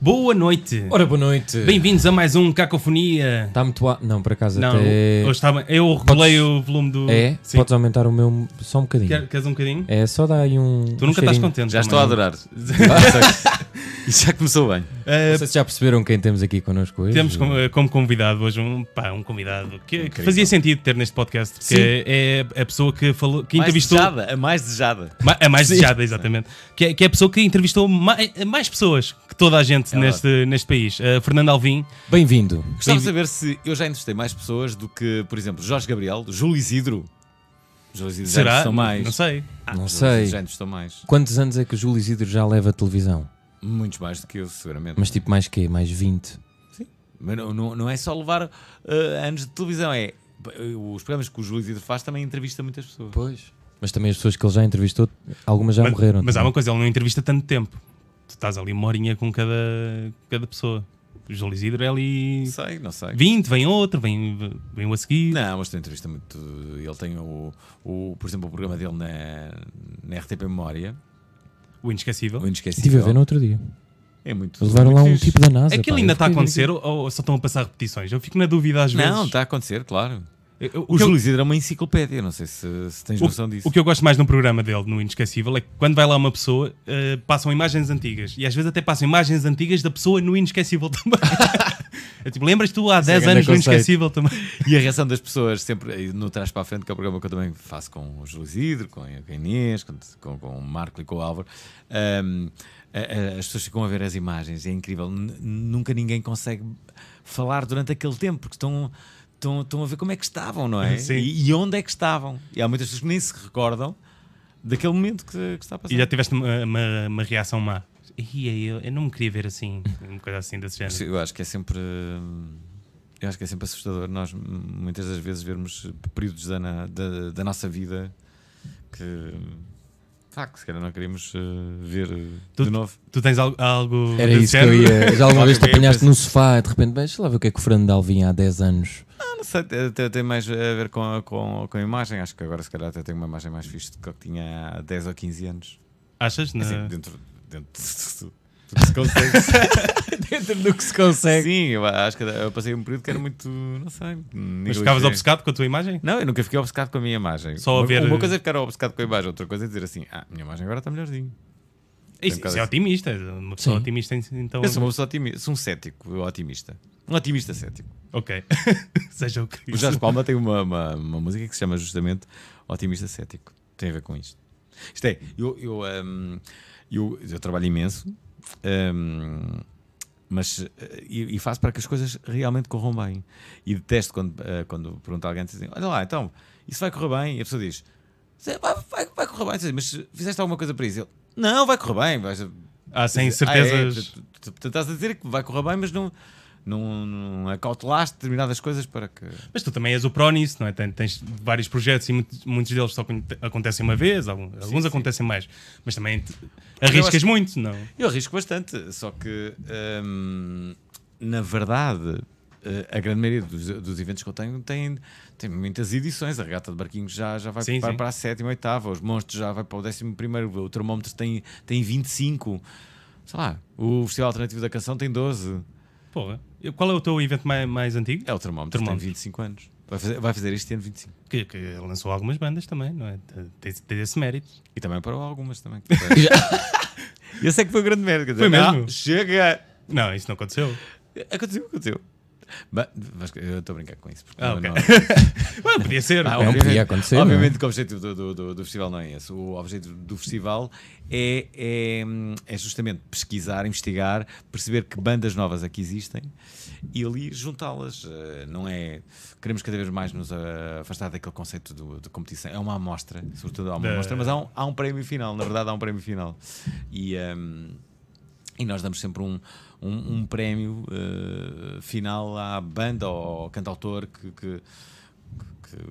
Boa noite. Ora, boa noite. Bem-vindos a mais um Cacofonia. Está muito alto. Não, por acaso Não, até. hoje está bem. Eu regulei o volume do. É? Sim. Podes aumentar o meu só um bocadinho. Quer- Queres um bocadinho? É, só dá aí um. Tu nunca estás contente. é? Já estou a também. adorar. Isso já começou bem. Eh, Não sei se já perceberam quem temos aqui connosco hoje. temos como, eh, como convidado hoje um, pá, um convidado que, que fazia sentido ter neste podcast, porque Sim. é a pessoa que falou, que entrevistou Mais desejada, a mais desejada. Ma- a mais desejada, exatamente, que é, que é a pessoa que entrevistou mais, mais pessoas que toda a gente É neste, neste país. Eh, Fernando Alvim, Bem-vindo. Gostava de saber se eu já entrevistei mais pessoas do que, por exemplo, Jorge Gabriel, Júlio Isidro. Júlio Isidro já será? entrevistou mais. Não sei. Ah, Não Júlio sei. Isidro Já entrevistou mais. Quantos anos é que o Júlio Isidro já leva a televisão? Muitos mais do que eu, seguramente. Mas, Mas tipo, mais quê? Mais 20? não, não- não é só levar eh, anos de televisão, é. Os programas que o Júlio Isidro faz também entrevista muitas pessoas. Pois. Mas também as pessoas que ele já entrevistou, algumas já mas, morreram. mas há também. uma coisa, ele não entrevista tanto tempo. Tu estás ali uma horinha com cada, cada pessoa. O Júlio Isidro é ali Não sei, não sei. 20, vem outro, vem, vem o a seguir. Não, mas tem entrevista muito. Ele tem o, o- por exemplo, o programa dele na, na RTP Memória, O inesquecível. o Inesquecível. Estive a ver no outro dia. É muito. Eles levaram lá muito um fixe. tipo da NASA. Aquilo pá. É ainda tá está Eu a fiquei- acontecer ou, ou só estão a passar repetições? Eu fico na dúvida às vezes. Não, tá, está a acontecer, claro. Eu- eu- O que eu- Júlio Isidro é uma enciclopédia, não sei se, se tens o- noção disso. o que eu gosto mais num programa dele, no Inesquecível, é que quando vai lá uma pessoa, eh, passam imagens antigas. E às vezes até passam imagens antigas da pessoa no Inesquecível também. é tipo, lembras-te tu há 10 é grande anos no conceito. Inesquecível também? E a reação das pessoas sempre aí no Trás para a Frente, que é o programa que eu também faço com o Júlio Isidro, com a Inês, com, com, com o Marco e com o Álvaro. ahm, a- a- as pessoas ficam a ver as imagens, é incrível. N- nunca ninguém consegue falar durante aquele tempo, porque estão. Estão, estão a ver como é que estavam, não é? Sim. E, e onde é que estavam. E há muitas pessoas que nem se recordam daquele momento que, que está a passar. E já tiveste uma, uma- uma reação má. Ih, é eu, eu não me queria ver assim, uma coisa assim desse género. Sim, Eu acho que é sempre. hum, Eu acho que é sempre assustador nós, hum, muitas das vezes, vermos períodos da, na- da, da nossa vida que. hum, pá, que se calhar não queríamos eh, ver eh, Tu- de novo. Tu tens al- algo. Era desse isso que eu género? é ia. Já alguma vez te Qualquer apanhaste coisa. no sofá e de repente, bem, deixa lá ver o que é que o Fernando Alvim há 10 anos. Ah, não sei, até tem mais a ver com a, com, com a imagem. Acho que agora, se calhar, até tenho uma imagem mais fixe do que eu tinha há 10 ou 15 anos. Achas? Não. é? Assim, dentro, dentro do do que se consegue. Dentro do que se consegue. Sim, eu acho que eu passei um período que era muito. Não sei. Mas ficavas negligente. obcecado com a tua imagem? Não, eu nunca fiquei obcecado com a minha imagem. Só a uma, ver- eh, uma coisa é ficar obcecado com a imagem, outra coisa é dizer assim: ah, minha imagem agora está melhorzinho. Isso, bocado isso é assim. otimista. Uma pessoa Sim. otimista, então. Eu sou uma pessoa otimista, sou um cético, otimista. Um otimista cético. Ok. Seja o que. O Jorge Palma tem uma, uma, uma música que se chama justamente Otimista Cético. Tem a ver com isto. Isto é, eu, eu, hum, eu, eu trabalho imenso, hum, mas eh, e, e faço para que as coisas realmente corram bem. E detesto quando, eh, quando pergunto a alguém dizem, olha lá, então, isso vai correr bem? E a pessoa diz, "Zé, vai, vai, vai correr bem, Dizem, mas fizeste alguma coisa para isso? Ele, não, vai correr bem, vais, Há sem ah, é, certezas. tu- tu- tu- tu estás a dizer que vai correr bem, mas não, não, não acautelaste determinadas coisas para que. Mas tu também és o pró nisso, não é? Ten- Tens, vários projetos e muitos, muitos deles só con- acontecem uma vez, algum- alguns, sim. acontecem mais. Mas também te- eu arriscas acho- muito, não? Eu arrisco bastante, só que hum, na verdade. eh, A grande maioria dos, dos eventos que eu tenho tem, tem muitas edições. A regata de barquinhos já, já vai Sim, para, sim. para a sétima, oitava. Os monstros já vai para o décimo primeiro. O termómetro tem, tem 25. Sei lá. O Festival Alternativo da Canção tem 12. Porra. Eu- Qual é o teu evento mai- mais, antigo? É o termómetro, Termómetro. tem 25 anos. Vai fazer, vai fazer este ano 25. Que, que lançou algumas bandas também, não é? Tens, tens esse mérito. E também parou algumas também. Esse é que foi o grande mérito. quer Foi dizer, "Ah, mesmo?" chega! Não, isso não aconteceu. Aconteceu, aconteceu. Ba- mas eu estou a brincar com isso. porque Ah, não- ok. não- Ah, podia ser. Ah, É um podia obviamente- acontecer, não é? Obviamente que o objetivo do, do- do- do festival não é esse. O objetivo do festival é, é, é justamente pesquisar, investigar, perceber que bandas novas aqui existem e ali juntá-las. Eh, Não é. Queremos cada vez mais nos ah, afastar daquele conceito do- de competição. É uma amostra, sobretudo há uma Da- amostra, mas há um, há um prémio final. Na verdade, há um prémio final. E. ehm, e nós damos sempre um, um, um prémio eh, final à banda ou ao cantautor que, que- que-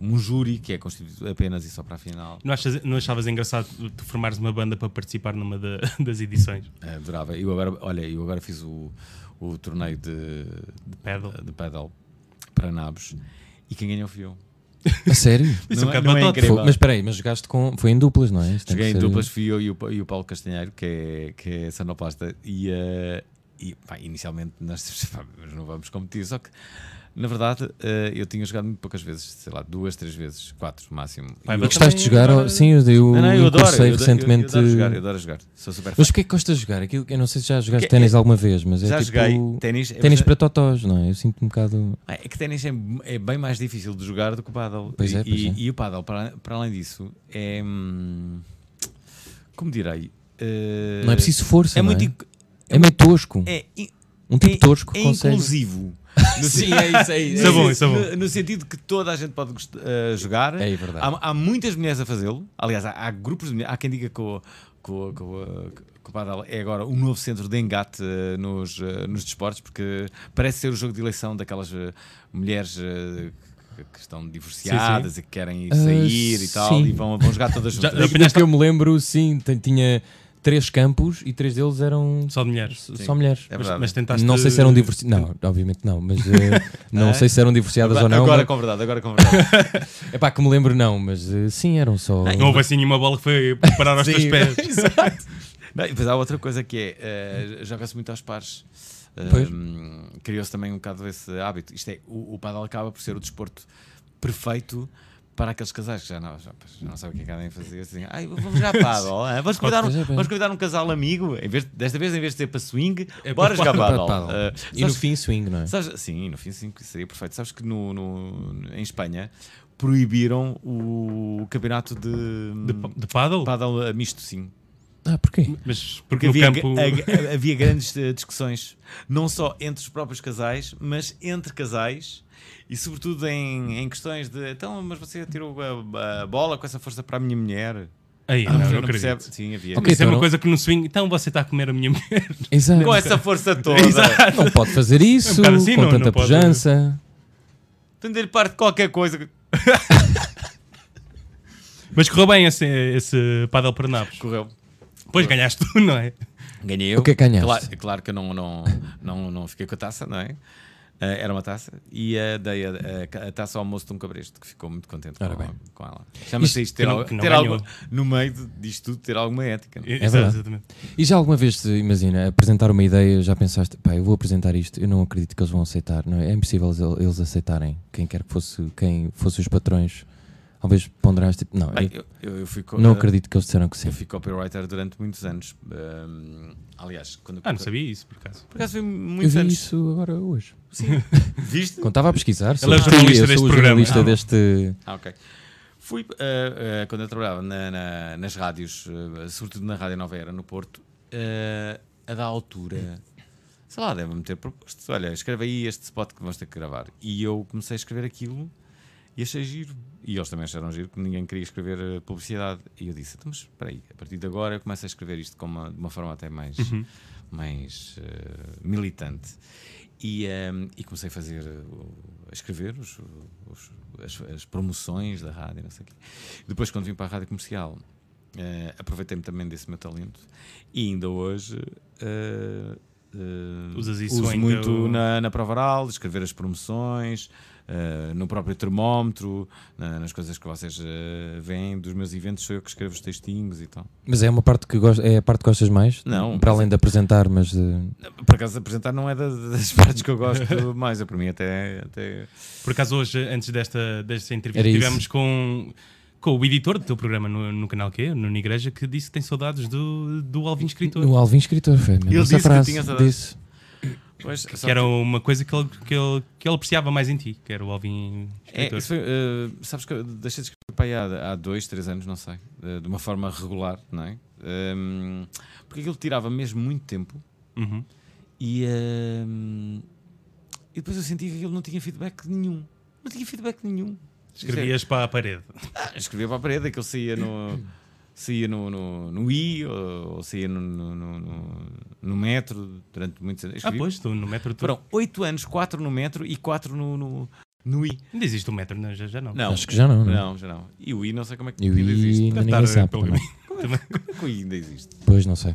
um júri que é constituído apenas e só para a final. Não, achas- não achavas engraçado tu formares uma banda para participar numa da- das edições? Adorava. Eh, Eu agora, olha, eu agora fiz o, o torneio de, Pedal. de paddle para nabos e quem ganhou fui eu. A sério? Isso é um Não é- bocado não é batota. incrível. Foi- mas espera aí, mas jogaste com. Foi em duplas, não é? Isto tem que Joguei em ser- duplas, fui eu e o, Pa- e o Paulo Castanheiro, que é, que é sonoplasta, e, eh, e, pá, inicialmente nós pá, mas não vamos competir, só que na verdade eh, eu tinha jogado muito poucas vezes, sei lá, duas, três vezes, quatro máximo. Pá, E mas eu- Gostaste de jogar? Também- ao- Sim, eu, eu, Não, não, eu eu adoro, comecei eu adoro- recentemente. Eu, eu adoro jogar, eu adoro jogar, sou super fã. Mas porquê é que gostas de jogar? Aquilo, eu não sei se já jogaste Que- ténis é- alguma vez, mas é Já tipo. joguei ténis. Ténis é bastante- para totós, não é? Eu sinto um bocado. Ah, É que ténis é, é bem mais difícil de jogar do que o paddle. Pois é, e, pois é. e o paddle, para, para além disso, é. hum, Como direi? eh, Não é preciso força. É muito. Não é? inc- é meio tosco. É, in- um tipo é- tosco é consegue. inclusivo. No Sim, é isso, é isso. Isso é bom, isso é bom. No, no sentido que toda a gente pode gost- eh, jogar. É verdade. Há, há muitas mulheres a fazê-lo. Aliás, há, há grupos de mulheres. Há quem diga que o, que o, que o- que o Padel é agora o novo centro de engate eh, nos, eh, nos desportos, porque parece ser o jogo de eleição daquelas eh, mulheres. eh, que- que estão divorciadas e que querem Ah, sair e tal, sim. e vão, vão jogar todas Já- juntas. já Digo-te apanhaste- que eu me lembro, sim, t- tinha três campos e três deles eram Só de mulheres. s- só mulheres. É mas, verdade. mas tentaste. Não sei se um eram divorciadas. Não, obviamente não, mas eh, não Ah, sei se eram divorciadas ou não. agora mas- com verdade, agora com verdade. É pá, que me lembro não, mas eh, sim, eram só. Não houve assim nenhuma bola que foi parar aos teus Sim. pés. Não, e depois há outra coisa que é, eh, joga-se muito aos pares. Eh, Pois. Criou-se também um bocado esse hábito. Isto é, o, o padel acaba por ser o desporto perfeito para aqueles casais que já não, já, já não sabem o que é que andem a fazer. Assim, Ai, vamos já padel, hein? vamos, convidar um, Pois é, pois é. vamos convidar um casal amigo. Em vez, de- desta vez, em vez de ser para swing, É bora para jogar Pá, padel. pá, Eh, e no sabes- fim, swing, não é? Sabes, sim, no fim sim, que seria perfeito. Sabes que no, no- em Espanha proibiram o campeonato de, De, de paddle? padel eh, misto, sim. Ah, porquê? Mas porque, Porque havia, no campo. a- a- havia grandes eh, discussões, não só entre os próprios casais, mas entre casais e, sobretudo, em, em questões de então, mas você tirou a, a bola com essa força para a minha mulher. Aí, Ah, não, não, acredito. Ah, percebe? Sim, havia. Ok. Isso é então uma não- coisa que no swing. Então você está a comer a minha mulher. Exato. Com essa força toda. Não pode fazer isso, bocado assim, com não- tanta não pode- pujança. Tendo-lhe Então parte de qualquer coisa. Mas correu bem esse, esse paddle para naves. Correu. Depois ganhaste tu, não é? Ganhei eu. O que é que ganhaste? Claro, claro que eu não, não, não, não fiquei com a taça, não é? Eh, era uma taça e eh, dei a, a- a taça ao almoço de um cabresto que ficou muito contente Ora com, bem. com ela. Chama-se isto, ter, que não- al- que não ter ganhou. algo, no meio de- disto tudo, ter alguma ética. não é? Exato, verdade. exatamente. E já alguma vez, te- imagina, apresentar uma ideia, já pensaste, pá, eu vou apresentar isto, eu não acredito que eles vão aceitar, não é? É impossível eles- eles aceitarem, quem quer que fosse, quem fosse os patrões. Talvez ponderaste, tipo, não, Bem, eu eu, eu, eu fui co- não eh, acredito que eles disseram que sim. Eu fui copywriter durante muitos anos. Ehm, aliás, quando Ah, não sabia isso, por acaso. Por acaso foi Eu muitos vi anos. isso agora hoje. Sim. Viste? Quando estava a pesquisar, sou Ele é o jornalista eu deste sou o programa. jornalista Ah. deste. Ah, ok. Fui, eh, eh, quando eu trabalhava na- na- nas rádios, eh, sobretudo na Rádio Nova Era, no Porto, eh, a da altura, sei lá, devem-me ter proposto, olha, escreve aí este spot que vamos ter que gravar. E eu comecei a escrever aquilo e achei giro. E eles também acharam giro, porque ninguém queria escrever eh, publicidade. E eu disse, então, mas espera aí, a partir de agora eu começo a escrever isto com uma- de uma forma até mais, mais eh, militante. E, ehm, e comecei a fazer, eh, o- a escrever os- os- as, as promoções da rádio, não sei o quê. Depois, quando vim para a rádio comercial, eh, aproveitei-me também desse meu talento. E ainda hoje... eh, eh, Usas isso uso ainda muito o- na, na prova oral, de escrever as promoções, eh, no próprio termómetro, na- nas coisas que vocês eh, veem dos meus eventos, sou eu que escrevo os textinhos e tal. Mas é uma parte que gosto, é a parte que gostas mais? Não, Para mas- além de apresentar, mas eh, de- Por acaso, apresentar não é da- das, partes que eu gosto mais, eu por mim até. até... Por acaso, hoje, antes desta, desta entrevista, Era isso. tivemos com, com o editor do teu programa no, no canal Q, no Igreja, que disse que tem saudades do, do Alvin Escritor. no Alvin Escritor foi mesmo Ele essa disse que frase. tinha saudades. disse. Pois, só Que era um uma coisa que ele, que, ele, que ele apreciava mais em ti, que era o Alvin É, Escritor. isso foi, eh, sabes que eu deixei de escrever para aí há, há dois, três anos, não sei, eh, de uma forma regular, não é? Ehm, porque aquilo tirava mesmo muito tempo Uhum. E, hum, e depois eu senti que aquilo não tinha feedback nenhum. Não tinha feedback nenhum. é- Escrevias para a parede. Ah, escrevia para a parede, aquilo saía no, saía no, no, no I ou, ou saía no, no, no- no- no metro durante muitos anos. Ah, Escrevi- pois, tu no metro tu. Foram oito anos, quatro no metro e quatro no, no, no I. Ainda existe o metro, não, é? já, já não. Não, Acho que já não, não é? não, já não. E o I não sei como é que E o ainda I existe. ainda Deve estar, ninguém sabe. pelo também. caminho. Também. Como é que o I ainda existe? Pois não sei.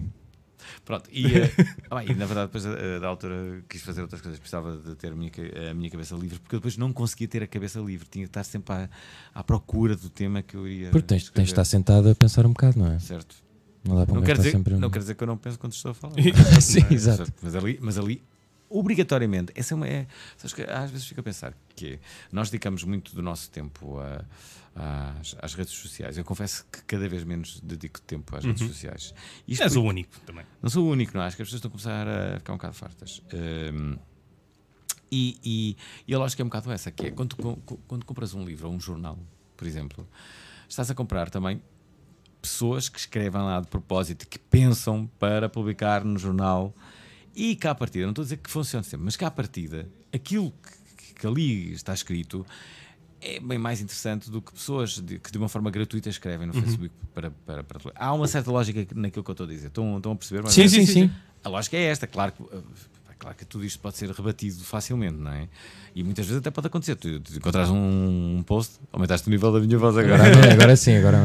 Pronto, e, eh, ah, bem, e na verdade, depois eh, da altura quis fazer outras coisas, precisava de ter a minha, ca- a minha cabeça livre, porque eu depois não conseguia ter a cabeça livre, tinha que estar sempre à, à procura do tema que eu iria. Porque tens, tens de estar escrever. sentado a pensar um bocado, não é? Certo. Não dá para um Não gajo quer, estar dizer, sempre. não quer dizer que eu não penso quando estou a falar. Sim, Não é? exato. Mas ali, mas ali, obrigatoriamente, essa é uma. É, sabes que às vezes fico a pensar que nós dedicamos muito do nosso tempo a- às, às redes sociais. Eu confesso que cada vez menos dedico tempo às redes sociais. Isto És o único também. não sou o único, não. é? Acho que as pessoas estão a começar a ficar um bocado fartas. Hum, Ahm, e, e, e a lógica é um bocado essa, que é quando, tu com- co- quando compras um livro ou um jornal, por exemplo, estás a comprar também pessoas que escrevem lá de propósito, que pensam para publicar no jornal e cá à partida, não estou a dizer que funcione sempre, mas cá à partida, aquilo que, que ali está escrito é bem mais interessante do que pessoas de- que de uma forma gratuita escrevem Uhum. no Facebook para, para, para... Há uma certa lógica naquilo que eu estou a dizer. Estão, estão a perceber? mais ou Sim, menos? sim, sim. A lógica é esta, claro que, uh, pá, claro que tudo isto pode ser rebatido facilmente, não é? E muitas vezes até pode acontecer. Tu, tu encontras um, um post, aumentaste o nível da minha voz agora. Agora, é, agora sim, agora.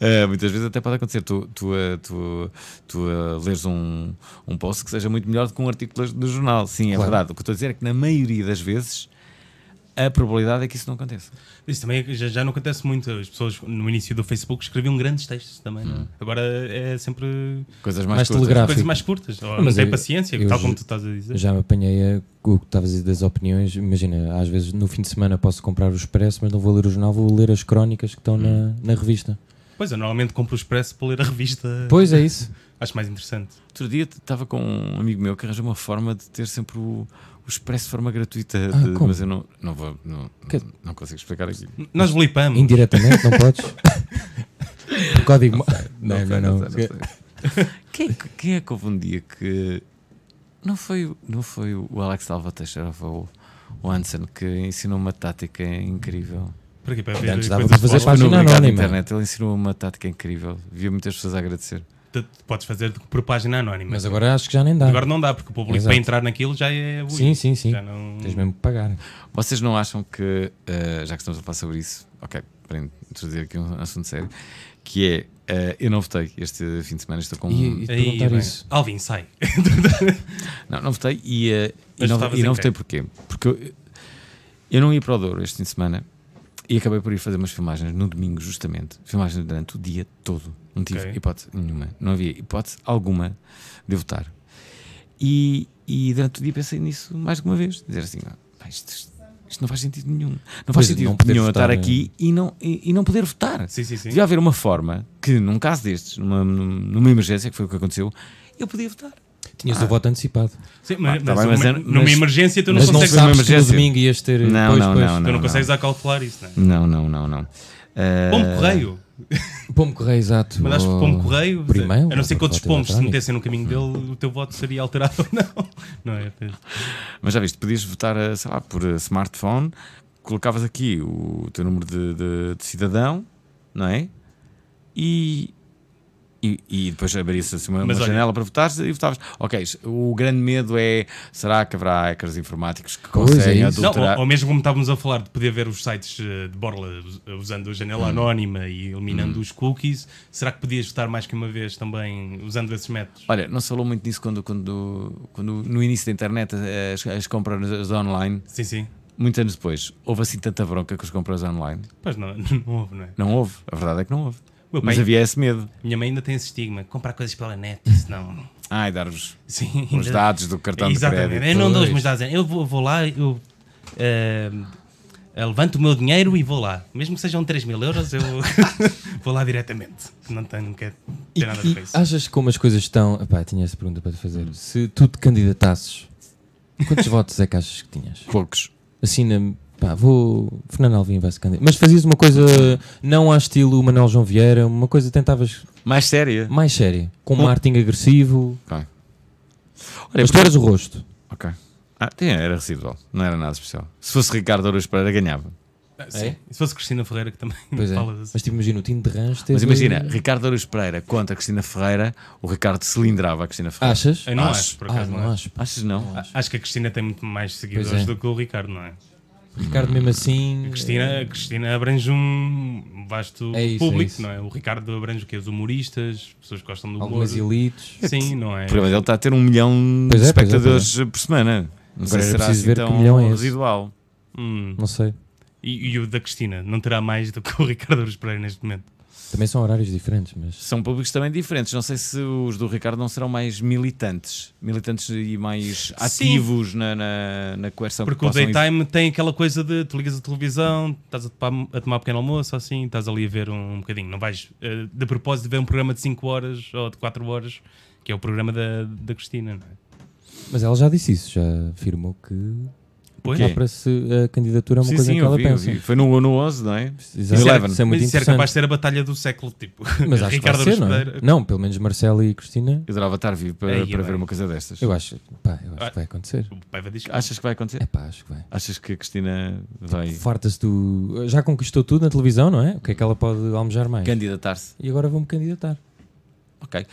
é. Uh, muitas vezes até pode acontecer tu, tu, uh, tu, tu uh, leres um, um post que seja muito melhor do que um artigo do jornal. Sim, é Claro. verdade. O que eu estou a dizer é que na maioria das vezes a probabilidade é que isso não aconteça. Isso também é que já, já não acontece muito. As pessoas no início do Facebook escreviam grandes textos também. não é? Agora é sempre Coisas mais, Mais coisas telegrafia. curtas. Hum. Gráfico. mais curtas. Ou Mas não tem eu- paciência, eu tal ju- como tu estás a dizer. Já me apanhei a, o que estavas a dizer das opiniões. Imagina, às vezes no fim de semana posso comprar o Expresso, mas não vou ler o jornal, vou ler as crónicas que estão Hum. na, na revista. Pois eu normalmente compro o expresso para ler a revista. Pois é isso. Acho mais interessante. Outro dia estava com um amigo meu que arranjou uma forma de ter sempre o, o expresso de forma gratuita, Ah, de- como? mas eu não, não, vou, não, Que- não consigo explicar aqui. N- Nós Hum. blipamos. Indiretamente, não podes? Por código. Não, não, sei, não. sei, não sei. quem, é que- quem é que houve um dia que. Não foi, o- não foi o Alex Alva Teixeira ou o Hansen que ensinou uma tática incrível? Para quê? Para ver Antes dava coisas para boas? fazer Foi no página Obrigado anónima. internet. Ele ensinou uma tática incrível. Vi muitas pessoas a agradecer. Tu- tu Podes fazer por página anónima. Mas agora acho que já nem dá. Agora não dá, porque o público Exato. para entrar naquilo já é. ui, Sim, sim, sim. Já não... Tens mesmo que pagar. Vocês não acham que, eh, já que estamos a falar sobre isso, ok, para introduzir aqui um assunto sério, que é. eh, eu não votei este fim de semana, estou com. E- e- Aí, perguntar bem, isso. Alvin, sai. Não, não votei e, eh, e Mas não, votavas e em não quem? votei porquê? Porque eu, eu não ia para o Douro este fim de semana e acabei por ir fazer umas filmagens no domingo, justamente. Filmagens durante o dia todo. Não tive Ok. hipótese nenhuma. Não havia hipótese alguma de votar. E, e durante o dia pensei nisso mais de uma vez. Dizer assim, ó, pá, isto, isto não faz sentido nenhum. Não faz Pois, sentido não poder nenhum eu votar, estar né? aqui e não, e, e não poder votar. Sim, sim, sim. Devia haver uma forma que, num caso destes, numa, numa emergência, que foi o que aconteceu, eu podia votar. Tinhas Ah. o voto antecipado. Sim, mas, tá mas bem, mas uma- eu- numa mas- emergência tu não Mas não consegues. foi uma sabes que no emergência. domingo ias ter. Não, pois, não, pois. não, tu não, não. consegues acautelar isso, não é? Não, não, não, não. Eh, Pombo Correio. Pombo Correio, exato. Mandaste Ou- para Pombo Correio. por e-mail, é a não ser ou que outros por voto pombos se eletrónico. metessem no caminho dele, o teu voto seria alterado ou não. Não é? Pois. Mas já viste, podias votar, eh, sei lá, por eh, smartphone, colocavas aqui o teu número de, de- de cidadão, não é? E. E, e depois abria-se assim, uma, Mas uma olha- janela para votares e votavas. Ok, o grande medo é: será que haverá hackers informáticos que Pois, é conseguem isso. Não, adulterar? ou, ou mesmo como estávamos a falar de poder ver os sites eh, de Borla us- usando a Hum. janela anónima e eliminando os cookies, será que podias votar mais que uma vez também usando esses métodos? Olha, não se falou muito nisso quando, quando, quando no início da internet eh, as, as compras online, Sim, sim. muitos anos depois, houve assim tanta bronca com as compras online? Pois não, não houve, não é? Não houve, a verdade é que não houve. Meu Mas pai- havia esse medo. Minha mãe ainda tem esse estigma: comprar coisas pela net, isso não. Ai, dar-vos Sim, os ainda- dados do cartão de Exatamente. crédito. Eu não dou os Pois. meus dados. Eu vou, vou lá, eu eh, eh, levanto o meu dinheiro e vou lá. Mesmo que sejam 3 mil euros, eu vou lá diretamente. Não tenho, não quero E, ter nada a ver com e isso. Hum. achas que como as coisas estão. Epá, tinha essa pergunta para te fazer. Se tu te candidatasses, quantos votos é que achas que tinhas? Poucos. Assim, na- pá, vou. Fernando Alvim vai se candidatar. Mas fazias uma coisa não ao estilo Manuel João Vieira, uma coisa tentavas Mais séria. mais séria, com Hum. marketing agressivo. Ok. Mas tu eras o rosto. Hum, Ok. Ah, tinha- era residual, não era nada especial. Se fosse Ricardo Ouros Pereira, ganhava. Ah, sim. E se fosse Cristina Ferreira, que também é? Pois é. fala assim. Mas tipo, imagina, o Tino de Rãs teve- Mas imagina, Ricardo Ouros Pereira contra a Cristina Ferreira, o Ricardo cilindrava a Cristina Ferreira. Achas? Eu não acho, Acho. por Ah, acaso. não não acho. acho. Achas não? Acho que a Cristina tem muito mais Pois seguidores é. do que o Ricardo, não é? Ricardo, mesmo assim. A Cristina, a Cristina abrange um vasto É isso, é público, isso. não é? O Ricardo abrange o quê? Os humoristas, pessoas que gostam do humor. Algumas elites. Sim, não é? O problema dele está a ter um milhão Pois de é, pois é, espectadores eh, por semana. Não sei Agora se era será preciso assim ver que tão milhão é esse. residual. Hum. Não sei. E, e o da Cristina não terá mais do que o Ricardo Aruz Pereira neste momento. Também são horários diferentes, mas. São públicos também diferentes. Não sei se os do Ricardo não serão mais militantes. Militantes e mais ativos na, na, na coerção. que Porque o possam exercer. daytime tem aquela coisa de tu ligas a televisão, estás a, topa- a tomar um pequeno almoço, assim, estás ali a ver um, bocadinho. Não vais, eh, de propósito, ver um programa de 5 horas ou de 4 horas, que é o programa da, da Cristina, não é? Mas ela já disse isso, já afirmou que Pois. Quê? lá para se a candidatura é uma sim, coisa sim, que eu ela vi, eu pensa. vi. Foi no, no 11, não é? Exato. Eleven. Isso Mas é muito isso era interessante. capaz de ser a batalha do século, tipo. Mas acho que vai Ricardo ser, não Aruz é? Pereira. Não, pelo menos Marcelo e Cristina. Eu adorava estar vivo para, Aí, para bem. ver uma coisa destas. Eu acho, pá, eu acho Ah. que vai acontecer. O Paiva diz que Achas que vai acontecer? É pá, acho que vai. Achas que a Cristina vai Farta-se do. Já conquistou tudo na televisão, não é? O que é que ela pode almejar mais? candidatar-se? E agora vou-me candidatar. Ok.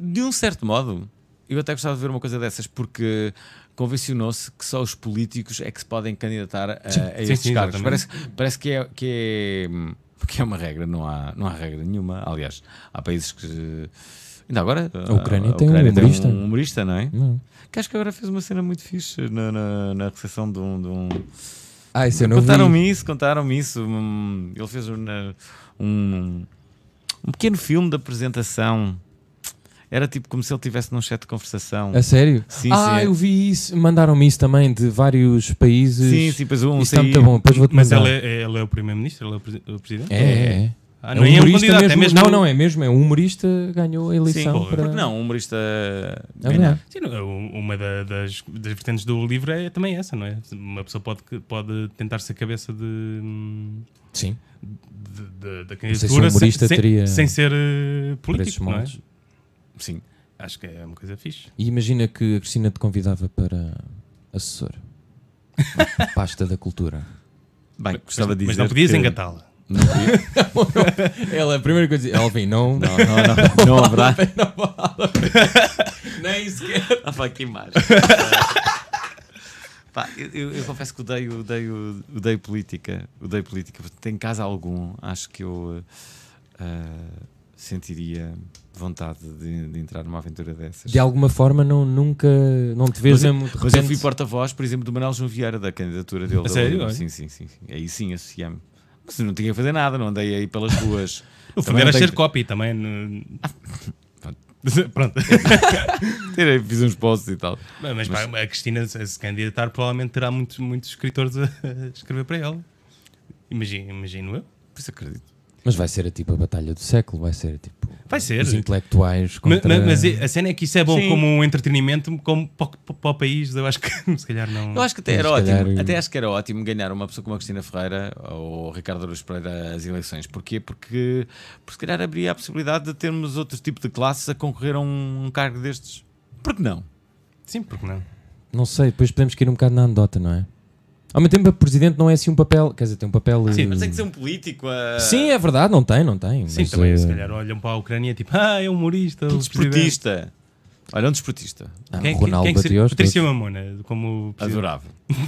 De um certo modo, eu até gostava de ver uma coisa dessas, porque convencionou-se que só os políticos é que se podem candidatar a, a estes sim, cargos. exatamente. Parece, parece que, é, que, é, que é uma regra, não há, não há regra nenhuma. Aliás, há países que. Ainda agora. A Ucrânia tem um humorista. Hum. um humorista, não é? Não. Que acho que agora fez uma cena muito fixe na, na, na recepção de um- De um Ah, isso eu não vi. Contaram-me isso, contaram-me isso. Hum, Ele fez uma- um, um pequeno filme de apresentação. Era tipo como se ele estivesse num chat de conversação. A sério? Sim, ah, sim. eu vi isso. Mandaram-me isso também de vários países. Sim, sim, depois um Isso está saía- muito bom, depois vou-te Mas mandar. ele é, ele é o primeiro-ministro, ele é o presi- o presidente? É, é, é. Ah, não é, um humorista candidato, é mesmo. Não, não, é mesmo. É um humorista ganhou a eleição Sim, para. Porque não, um humorista. É ganhar. verdade. Sim, não, u- uma da- das, das vertentes do livro é também essa, não é? Uma pessoa pode, que- pode tentar ser cabeça de, hum, Sim. de- de- da sei se um candidatura sem, humorista sem- teria- sem ser eh, Por esses político, não é? moldes. Sim. Acho que é uma coisa fixe. E imagina que a Cristina te convidava para assessor. Uma pasta da cultura. Bem, gostava mas, de mas dizer. não podias que- engatá-la. Não, podia- Ela, a primeira coisa que Alvin, não. não, não, não, não haverá. Nem sequer. Ah, pá, que imagem. Ah, Pá, eu, eu- eu confesso que odeio, odeio, odeio política. Odeio política. Portanto, Em casa algum, acho que eu eh, eh, sentiria vontade de, de entrar numa aventura dessas. De alguma forma, não, nunca. Não te vês Mas eu- mesmo. de Mas eu repente- fui porta-voz, por exemplo, do Manuel João Vieira, da candidatura dele. A sério? Ele- Sim, sim, sim, sim. Aí sim, associei-me. Mas eu não tinha que fazer nada, não andei aí pelas ruas. O fundo Também era não tenho- ser copy também. no- Pronto. Tirei- Fiz uns posts e tal. Mas, pá, a Cristina, se se candidatar, provavelmente terá muitos, muitos escritores a a escrever para ela. Imagino, imagino eu. Por isso acredito. Mas vai ser a tipo a batalha do século, vai ser tipo. Vai ser. Os intelectuais Ma- ma- contra. Mas, a cena é que isso é bom Sim. como um entretenimento, como para, o- para o país, eu acho que se calhar não. Eu acho que até era Se calhar- ótimo. Até acho que era ótimo ganhar uma pessoa como a Cristina Ferreira ou o Ricardo Aruz Pereira as eleições. Porquê? Porque, porque se calhar abria a possibilidade de termos outro tipo de classes a concorrer a um, cargo destes. Por que não? Sim, porque não? Não sei, depois podemos cair um bocado na anedota, não é? Ao mesmo tempo, a presidente não é assim um papel. Quer dizer, tem um papel. eh, Ah, Sim, Mas tem que ser um político um a. Sim, é verdade, não tem, não tem. Sim, mas, também eh, se calhar olham para a Ucrânia tipo, ah, é humorista, o Um presidente. desportista. Olha, um desportista. Quem- ah, o quem- Ronaldo quem que seria? bateu aos Patrícia todos. Mamona, como presidente. Adorava.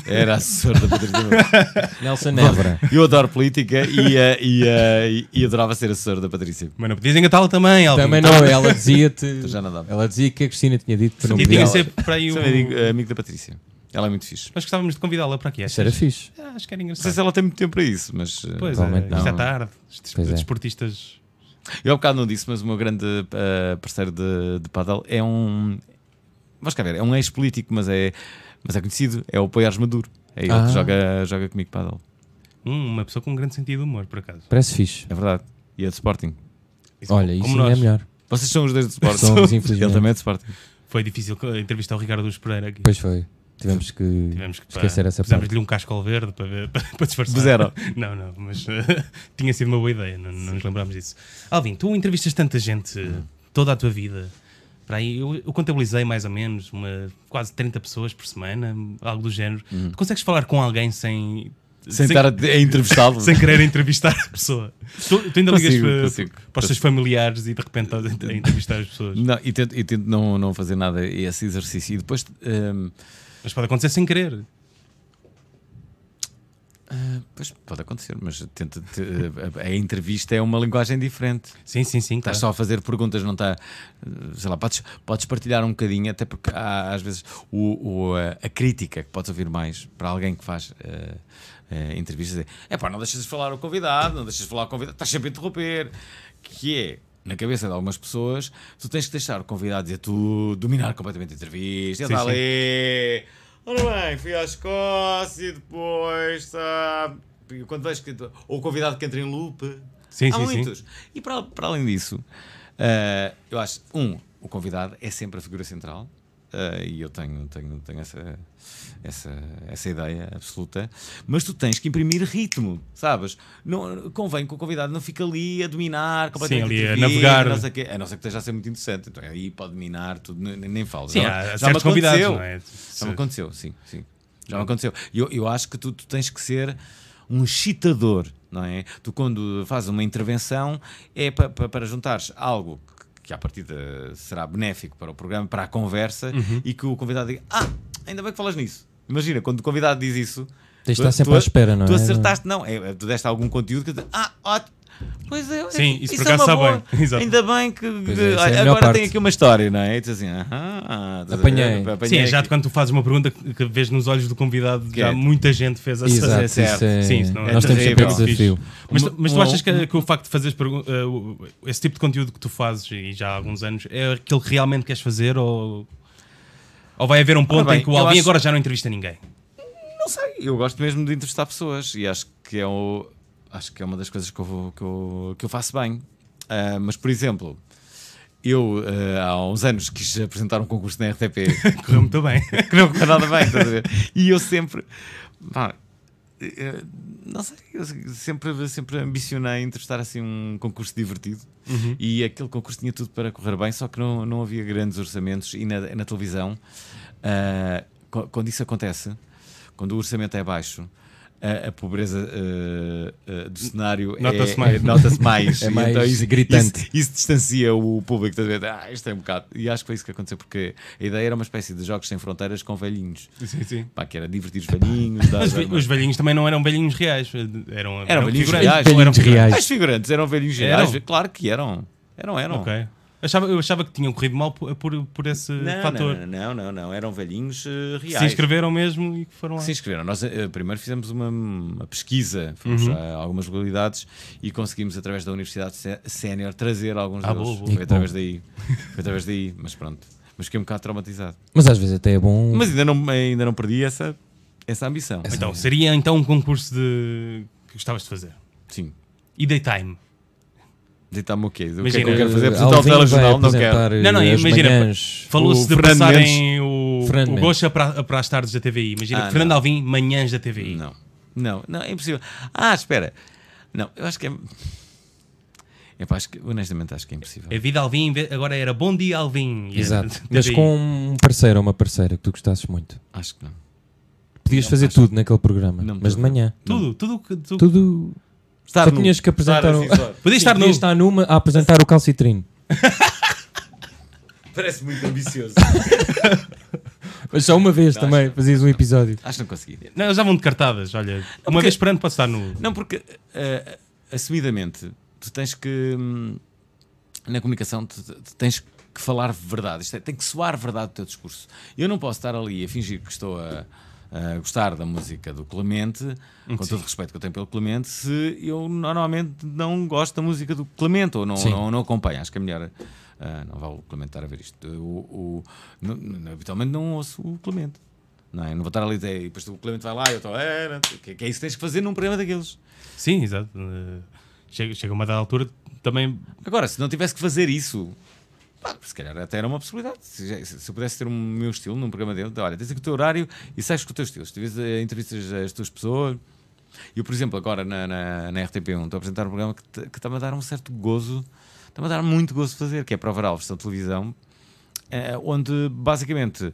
Era assessor da Patrícia Moura. Nelson Nebra. Eu adoro política e, eh, e, eh, e- e adorava ser assessor da Patrícia. Mas não podias engatá-la também, Alvin. também não, ela dizia-te. Já não dava. Ela dizia que a Cristina tinha dito para não E tinha pedir. que ser para aí um... Sou amigo, eh, amigo da Patrícia. Ela é muito fixe. Nós gostávamos de convidá-la para aqui. Isso era achas? fixe. Ah, acho que era Não sei engraçado. se ela tem muito tempo para isso, mas. eh, Pois é, Provavelmente isto é não. tarde. Estes Pois é. desportistas. Eu há bocado não disse, mas o meu grande eh, parceiro de, de paddle é um. Vamos cá ver, é um ex-político, mas é, mas é conhecido. É o Poiares Maduro. É ele Ah. que joga, joga comigo paddle. Hum, uma pessoa com um grande sentido de humor, por acaso. Parece fixe. É verdade. E é de Sporting. Olha, isso como ainda é nós. melhor. Vocês são os dois de Sporting. Somos, ele infelizmente. também é de Sporting. Foi difícil co- entrevistar o Ricardo dos Pereira aqui. Pois foi. Tivemos que Tivemos que esquecer pá, essa parte. Pusemos-lhe um casco verde para, ver, para, para disfarçar. De zero. Não, não, mas eh, tinha sido uma boa ideia, não, não nos lembrámos disso. Alvin, tu entrevistas tanta gente eh, toda a tua vida. Para aí, eu, eu contabilizei mais ou menos uma, quase 30 pessoas por semana, algo do género. Uhum. Tu consegues falar com alguém sem. Sem estar a, a entrevistá-lo. sem querer entrevistar a pessoa. Tu, tu ainda ligas Consigo, para, consigo. para os teus familiares e de repente estás a, a entrevistar as pessoas. Não, e tento, e tento não, não fazer nada esse exercício. E depois. hum, Mas pode acontecer sem querer. Pois pode acontecer, mas tenta, te- a, a entrevista é uma linguagem diferente. Sim, sim, sim. Estás claro. só a fazer perguntas, não está. Sei lá, podes, podes partilhar um bocadinho, até porque há às vezes o, o, eh, a crítica que podes ouvir mais para alguém que faz eh, eh, entrevistas é: é pá, não deixas de falar ao convidado, não deixas de falar ao convidado, estás sempre a interromper. Que é, na cabeça de algumas pessoas, tu tens que deixar o convidado dizer tudo, dominar completamente a entrevista, ele Sim, está sim. ali. Ora bem, fui à Escócia e depois, sabe? Quando vejo que. Ou o convidado que entra em loop. Sim, Há sim, sim. muitos. E para, para além disso, eh, eu acho, um, o convidado é sempre a figura central. eh, e eu tenho, tenho, tenho essa, essa, essa ideia absoluta, mas tu tens que imprimir ritmo, sabes? Não, convém que o convidado não fique ali a dominar, completamente ali a intervir, navegar. não sei quê. a não ser que esteja a ser muito interessante, então aí pode dominar tudo, nem, nem falo. Sim, Já- há, há já me certos convidados, aconteceu. não é? Já me aconteceu, sim, sim. Já me aconteceu. E Eu, eu acho que tu, tu tens que ser um excitador, não é? Tu, quando fazes uma intervenção, é pa- pa- para juntares algo que- que, à partida, será benéfico para o programa, para a conversa, Uhum. e que o convidado diga: Ah, ainda bem que falas nisso. Imagina, quando o convidado diz isso. Tens de estar sempre à espera, não tu é? acertaste, não, é, tu deste algum conteúdo que tu- ah, ótimo. Pois é, Sim, isso por é acaso uma está boa. bem. Exato. Ainda bem que Pois é, isso é a melhor agora tem parte. aqui uma história, não é? E tu assim, aham, estás a ver? Apanhei. Sim, é já aqui." de quando tu fazes uma pergunta que que vês nos olhos do convidado, Que já é- muita gente fez essa. Exato, é isso é, Sim, isso não é nós temos terrível. sempre o desafio. Mas, Uma- tu- mas tu uma- achas que, que o facto de fazeres pergun- eh, o- esse tipo de conteúdo que tu fazes e já há alguns anos é aquilo que realmente queres fazer ou, ou vai haver um ponto bem, em que o eu Alvin acho- agora já não entrevista ninguém? Não sei, eu gosto mesmo de entrevistar pessoas e acho que é, o, acho que é uma das coisas que eu, vou- que eu, que eu faço bem. Ah, mas, por exemplo, eu ah, há uns anos quis apresentar um concurso na RTP Correu muito bem. que não correu nada bem, estás a ver? E eu sempre. pá, eh, não sei, eu sempre, sempre ambicionei entrevistar assim um concurso divertido Uhum. e aquele concurso tinha tudo para correr bem, só que não, não havia grandes orçamentos e na, na televisão, ah, co- quando isso acontece, quando o orçamento é baixo. A, a pobreza ah, ah, do cenário é- Nota-se mais. nota-se mais. É E então mais isso- gritante. Isso, isso distancia o público. estás a ver? Ah, isto é um bocado. E acho que foi isso que aconteceu, porque a ideia era uma espécie de jogos sem fronteiras com velhinhos. sim, sim. Pá, que era divertir os velhinhos. dar- Mas os dar ve- uma- os velhinhos também não eram velhinhos reais. eh, Eram, eram, velhinhos figurantes. reais. Ou eram Velhinhos reais. Ah, Os figurantes eram velhinhos Eram? reais. Claro que eram. Eram, eram. Ok. Achava, eu achava que tinham corrido mal por, por, por esse Não, fator. Não, não, não, não, eram velhinhos eh, Que se reais. inscreveram mesmo e que foram lá. Se inscreveram. Nós eh, primeiro fizemos uma, uma pesquisa, fomos Uhum. a algumas localidades e conseguimos, através da Universidade Sé- Sénior, trazer alguns Ah, deles. boa, boa. Foi Que através bom. daí. Foi através daí, mas pronto. Mas fiquei um bocado traumatizado. Mas às vezes até é bom. Mas ainda não, ainda não perdi essa, essa ambição. Então, seria então um concurso de... que gostavas de fazer. Sim. E daytime. Deitar-me o quê? O que é que Imagina, eu quero fazer? eh, Apresentar o Alvin vai telejornal? Não quero. apresentar, eh, Não, não, as imagina, manhãs. Falou-se O de Fernando passarem o, Fernando o Mendes. Gocha para, para as tardes da TVI. Imagina, Ah, Fernando não. Alvim, manhãs da TVI. Não. Não, não, é impossível. Ah, espera. Não, eu acho que é. Epá, acho que, honestamente, acho que é impossível. A vida Alvim, ve- agora era Bom Dia Alvim. E era Exato. TVI. Mas com um parceiro ou uma parceira que tu gostasses muito. Acho que não. Podias Não, fazer acho- tudo naquele programa, não, mas de manhã. Tudo, tudo, que- tudo. Tudo. Estar Só nu. tinhas que apresentar um- Estar o- assim, só. Podias estar nu. Podias estar numa a apresentar o calcitrino. Parece muito ambicioso. Mas só uma vez também fazias um episódio. acho que não consegui. Não, eles já vão de cartadas, olha. Uma porque- vez por ano pode estar no... Não, porque, eh, assumidamente, tu tens que. hum, Na comunicação, tu, tu tens que falar verdade. Isto é, tem que soar verdade o teu discurso. Eu não posso estar ali a fingir que estou a. a gostar da música do Clemente, com todo o respeito que eu tenho pelo Clemente, se eu normalmente não gosto da música do Clemente ou não, Sim. não, não acompanho. Acho que é melhor. ah, não vale o Clemente estar a ver isto. O, o- não- não- habitualmente não ouço o Clemente. Não, é? eu não vou estar ali a dizer, e depois o Clemente vai lá e eu estou. "É, não sei o quê", Que é isso que tens que fazer num programa daqueles. Sim, exato. Eh, Chega, chega uma dada altura, também Agora, se não tivesse que fazer isso, pá, se calhar até era uma possibilidade. Se, já- se eu pudesse ter o meu estilo num programa dele, de, olha, tens aqui o teu horário e sais com o teu estilo. Se tiveres eh, entrevistas às tuas pessoas. Eu, por exemplo, agora na, na, na RTP1 estou a apresentar um programa que te- que está-me a dar um certo gozo, está-me a dar muito gozo de fazer, que é Prova Alves da televisão, eh, onde basicamente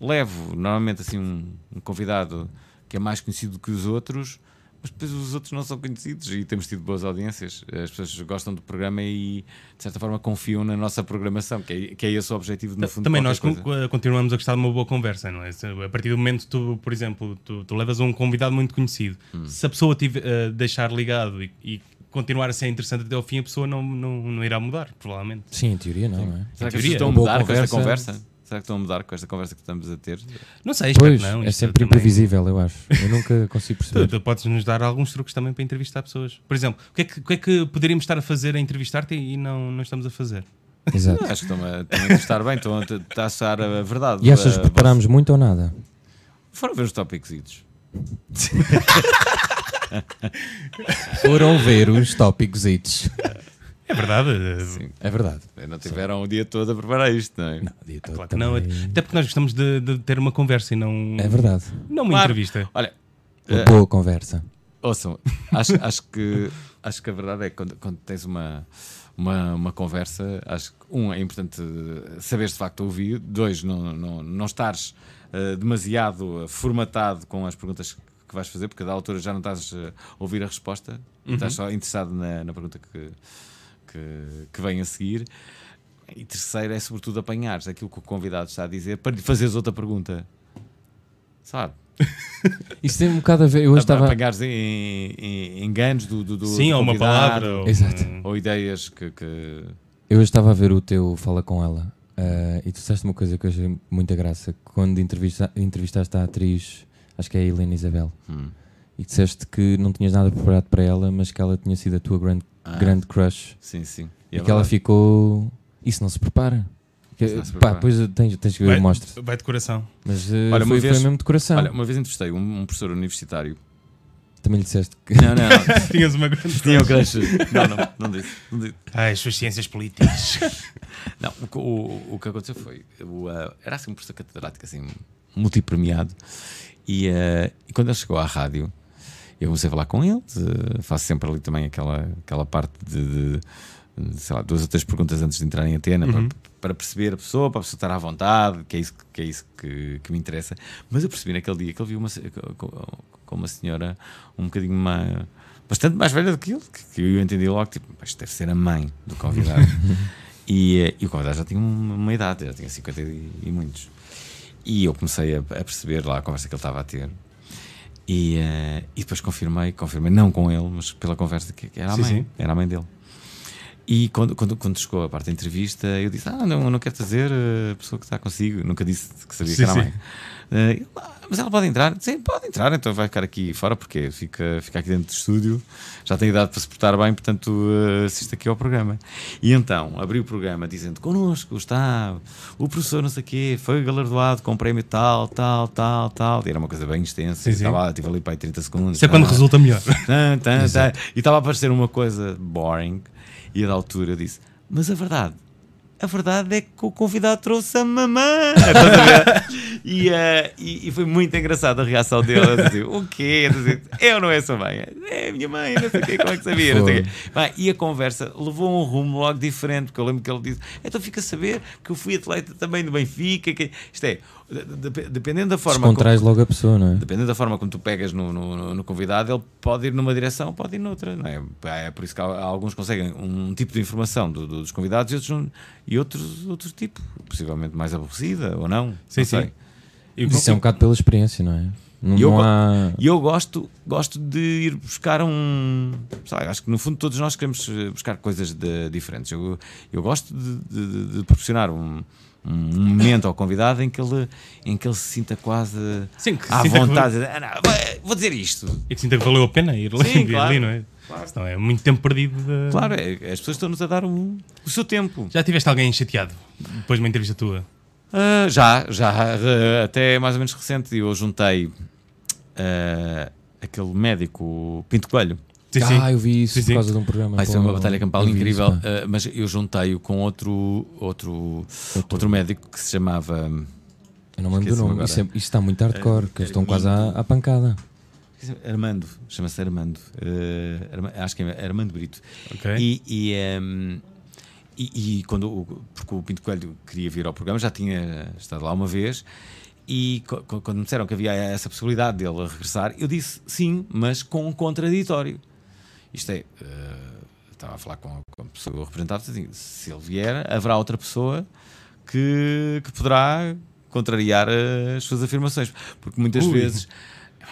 levo normalmente assim um, um convidado que é mais conhecido que os outros mas depois os outros não são conhecidos e temos tido boas audiências. As pessoas gostam do programa e, de certa forma, confiam na nossa programação, que é, que é esse o objetivo, no fundo. de Também qualquer nós con- coisa. continuamos a gostar de uma boa conversa, não é? Se- A partir do momento que tu, por exemplo, tu, tu levas um convidado muito conhecido, Hum. se a pessoa tive, eh, deixar ligado e, e continuar a ser interessante até ao fim, a pessoa não, não, não irá mudar, provavelmente. Sim, em teoria não, não é? Será que Em as pessoas teoria, estão a uma boa mudar com esta conversa. conversa? Será que estão a mudar com esta conversa que estamos a ter? Não sei, espero Pois, que não. é isto sempre também- imprevisível, eu acho. Eu nunca consigo Tu, perceber. tu podes nos dar alguns truques também para entrevistar pessoas. Por exemplo, o que é que, o que, é que poderíamos estar a fazer a entrevistar-te e não, não estamos a fazer? Exato. Não, acho que estão a, estão a gostar bem, estão a, t- a achar a verdade. E achas que A- preparámos muito ou nada? Foram ver os tópicos idos. Foram ver os tópicos hits. É verdade. eh, É verdade. Não tiveram o dia todo a preparar isto, não é? Dia todo Claro que não. também. Até porque nós gostamos de, de ter uma conversa e não, É verdade. não uma Claro. entrevista. Olha, Uma eh, boa conversa. Ouçam, acho, acho, que, acho que a verdade é que quando, quando tens uma, uma, uma conversa, acho que, um, é importante saberes de facto ouvir, dois, não, não, não estares eh, demasiado formatado com as perguntas que vais fazer, porque da altura já não estás eh, a ouvir a resposta, estás só interessado na, na pergunta que, que, que vem a seguir. E terceiro é sobretudo apanhares aquilo que o convidado está a dizer para lhe fazeres outra pergunta. Sabe? Isso tem um bocado a ver. Eu hoje estava... estava. apanhares em, em- enganos do, do, do Sim, do ou uma convidado, palavra. Ou, Exato. eh, ou ideias que, que- Eu hoje estava a ver o teu Fala Com Ela eh, e tu disseste uma coisa que eu achei muita graça. Quando entrevista, entrevistaste a atriz, acho que é a Helena Isabel, Hum. e disseste que não tinhas nada preparado para ela, mas que ela tinha sido a tua grande, grande crush sim sim e, é que ela verdade. ficou. Isso não se prepara. Que- Isso não se pá, prepara. depois tens, tens que ver, mostro. vai de coração. Mas eh, Olha, uma foi, vez- foi mesmo de coração. Olha, uma vez entrevistei um, um professor universitário. Também lhe disseste que. Não, não, não. Tinhas uma grande. Tinha um crush. Não, não, não disse. Não, disse. Ai, as suas ciências políticas. Não, o, que- o, o que aconteceu foi. o, ah, era assim um professor catedrático, assim, multipremiado. E, ah, e quando ele chegou à rádio, eu comecei a falar com ele. eh, faço sempre ali também aquela, aquela parte de, de, sei lá, duas ou três perguntas antes de entrar em antena Uhum. para, para perceber a pessoa, para a pessoa estar à vontade, que é isso que, é isso que, que me interessa. Mas eu percebi naquele dia que ele viu uma, se- com, com uma senhora um bocadinho mais. Bastante mais velha do que ele, que- que eu entendi logo, tipo, "Pá, isto deve ser a mãe do convidado. e, eh, e o convidado já tinha uma, uma idade, já tinha 50 e, e muitos. E eu comecei a, a perceber lá a conversa que ele estava a ter. E, eh, e depois confirmei, confirmei, não com ele, mas pela conversa que que era a Sim, mãe, sim. era a mãe dele. E quando, quando, quando chegou a parte da entrevista, eu disse: Ah, não, eu não quero trazer eh, a pessoa que está consigo. Nunca disse que sabia Sim, que era a sim. mãe. Eh, ele, "Ah, mas ela pode entrar? Sim, pode entrar, então vai ficar aqui fora, porque fica, fica aqui dentro do estúdio. Já tem idade para se portar bem, portanto eh, assiste aqui ao programa. E então abri o programa dizendo: Connosco está o professor, não sei o quê, foi galardoado com o prémio tal, tal, tal, tal. E era uma coisa bem extensa. Sim, e sim. Estava, estive ali para aí 30 segundos. Isso é quando Ah, resulta melhor. Tan, tan, tan. E estava a parecer uma coisa boring. E a da altura eu disse: Mas a verdade, a verdade é que o convidado trouxe a mamã. Estás a ver? e, eh, e, e foi muito engraçada a reação dele. Eu disse, o quê? Eu, disse, eu não é sua mãe. É a minha mãe, não sei o quê, como é que sabia? Não sei o quê. Pá, e a conversa levou um rumo logo diferente, porque eu lembro que ele disse: Então fica a saber que eu fui atleta também do Benfica. Que... Isto é, de- de- dependendo da forma. como- Descontrais logo a pessoa, não é? Dependendo da forma como tu pegas no, no- no- no convidado, ele pode ir numa direção, pode ir noutra. Não é? é por isso que há- alguns conseguem um tipo de informação do- do- dos convidados e outros, não- e outros outro tipo, possivelmente mais aborrecida ou não. Sim, sim. não sei. E o que- Isso é um bocado pela experiência, não é? Não, E eu não go- há. E eu gosto, gosto de ir buscar um. sei lá, acho que no fundo todos nós queremos eh, buscar coisas de- diferentes. Eu, eu gosto de, de- de- de proporcionar um, um momento ao convidado em que ele, em que ele se sinta quase Sim, que à sinta que- vontade. Ah, não, vou- vou dizer isto. E que sinta é que valeu a pena ir lá Sim, ir claro. ali, não é? Senão é muito tempo perdido. de- Claro, é- as pessoas estão-nos a dar o, o seu tempo. Já tiveste alguém chateado depois de uma entrevista tua? Ah, já, já, ah, até mais ou menos recente, eu juntei ah, aquele médico Pinto Coelho. Sim, sim. Ah, eu vi isso Sim, sim. por causa de um programa. Vai ser pô, uma batalha campal eu vi incrível, isso, pá. ah, mas eu juntei-o com outro, outro, outro médico que se chamava. eu não me lembro do esqueci-me nome. Isso, é, agora. isso está muito hardcore, que eles estão quase à, à pancada. esqueci-me, Armando, chama-se Armando. ah, Arma- acho que é Armando Brito. Ok. E, e, ehm, e- e quando o, porque o Pinto Coelho queria vir ao programa, já tinha estado lá uma vez. E co- co- quando me disseram que havia essa possibilidade dele regressar, eu disse sim, mas com um contraditório. Isto é, eh, estava a falar com a, com a pessoa que o representava, assim, se ele vier, haverá outra pessoa que, que poderá contrariar as suas afirmações. Porque muitas Ui. vezes.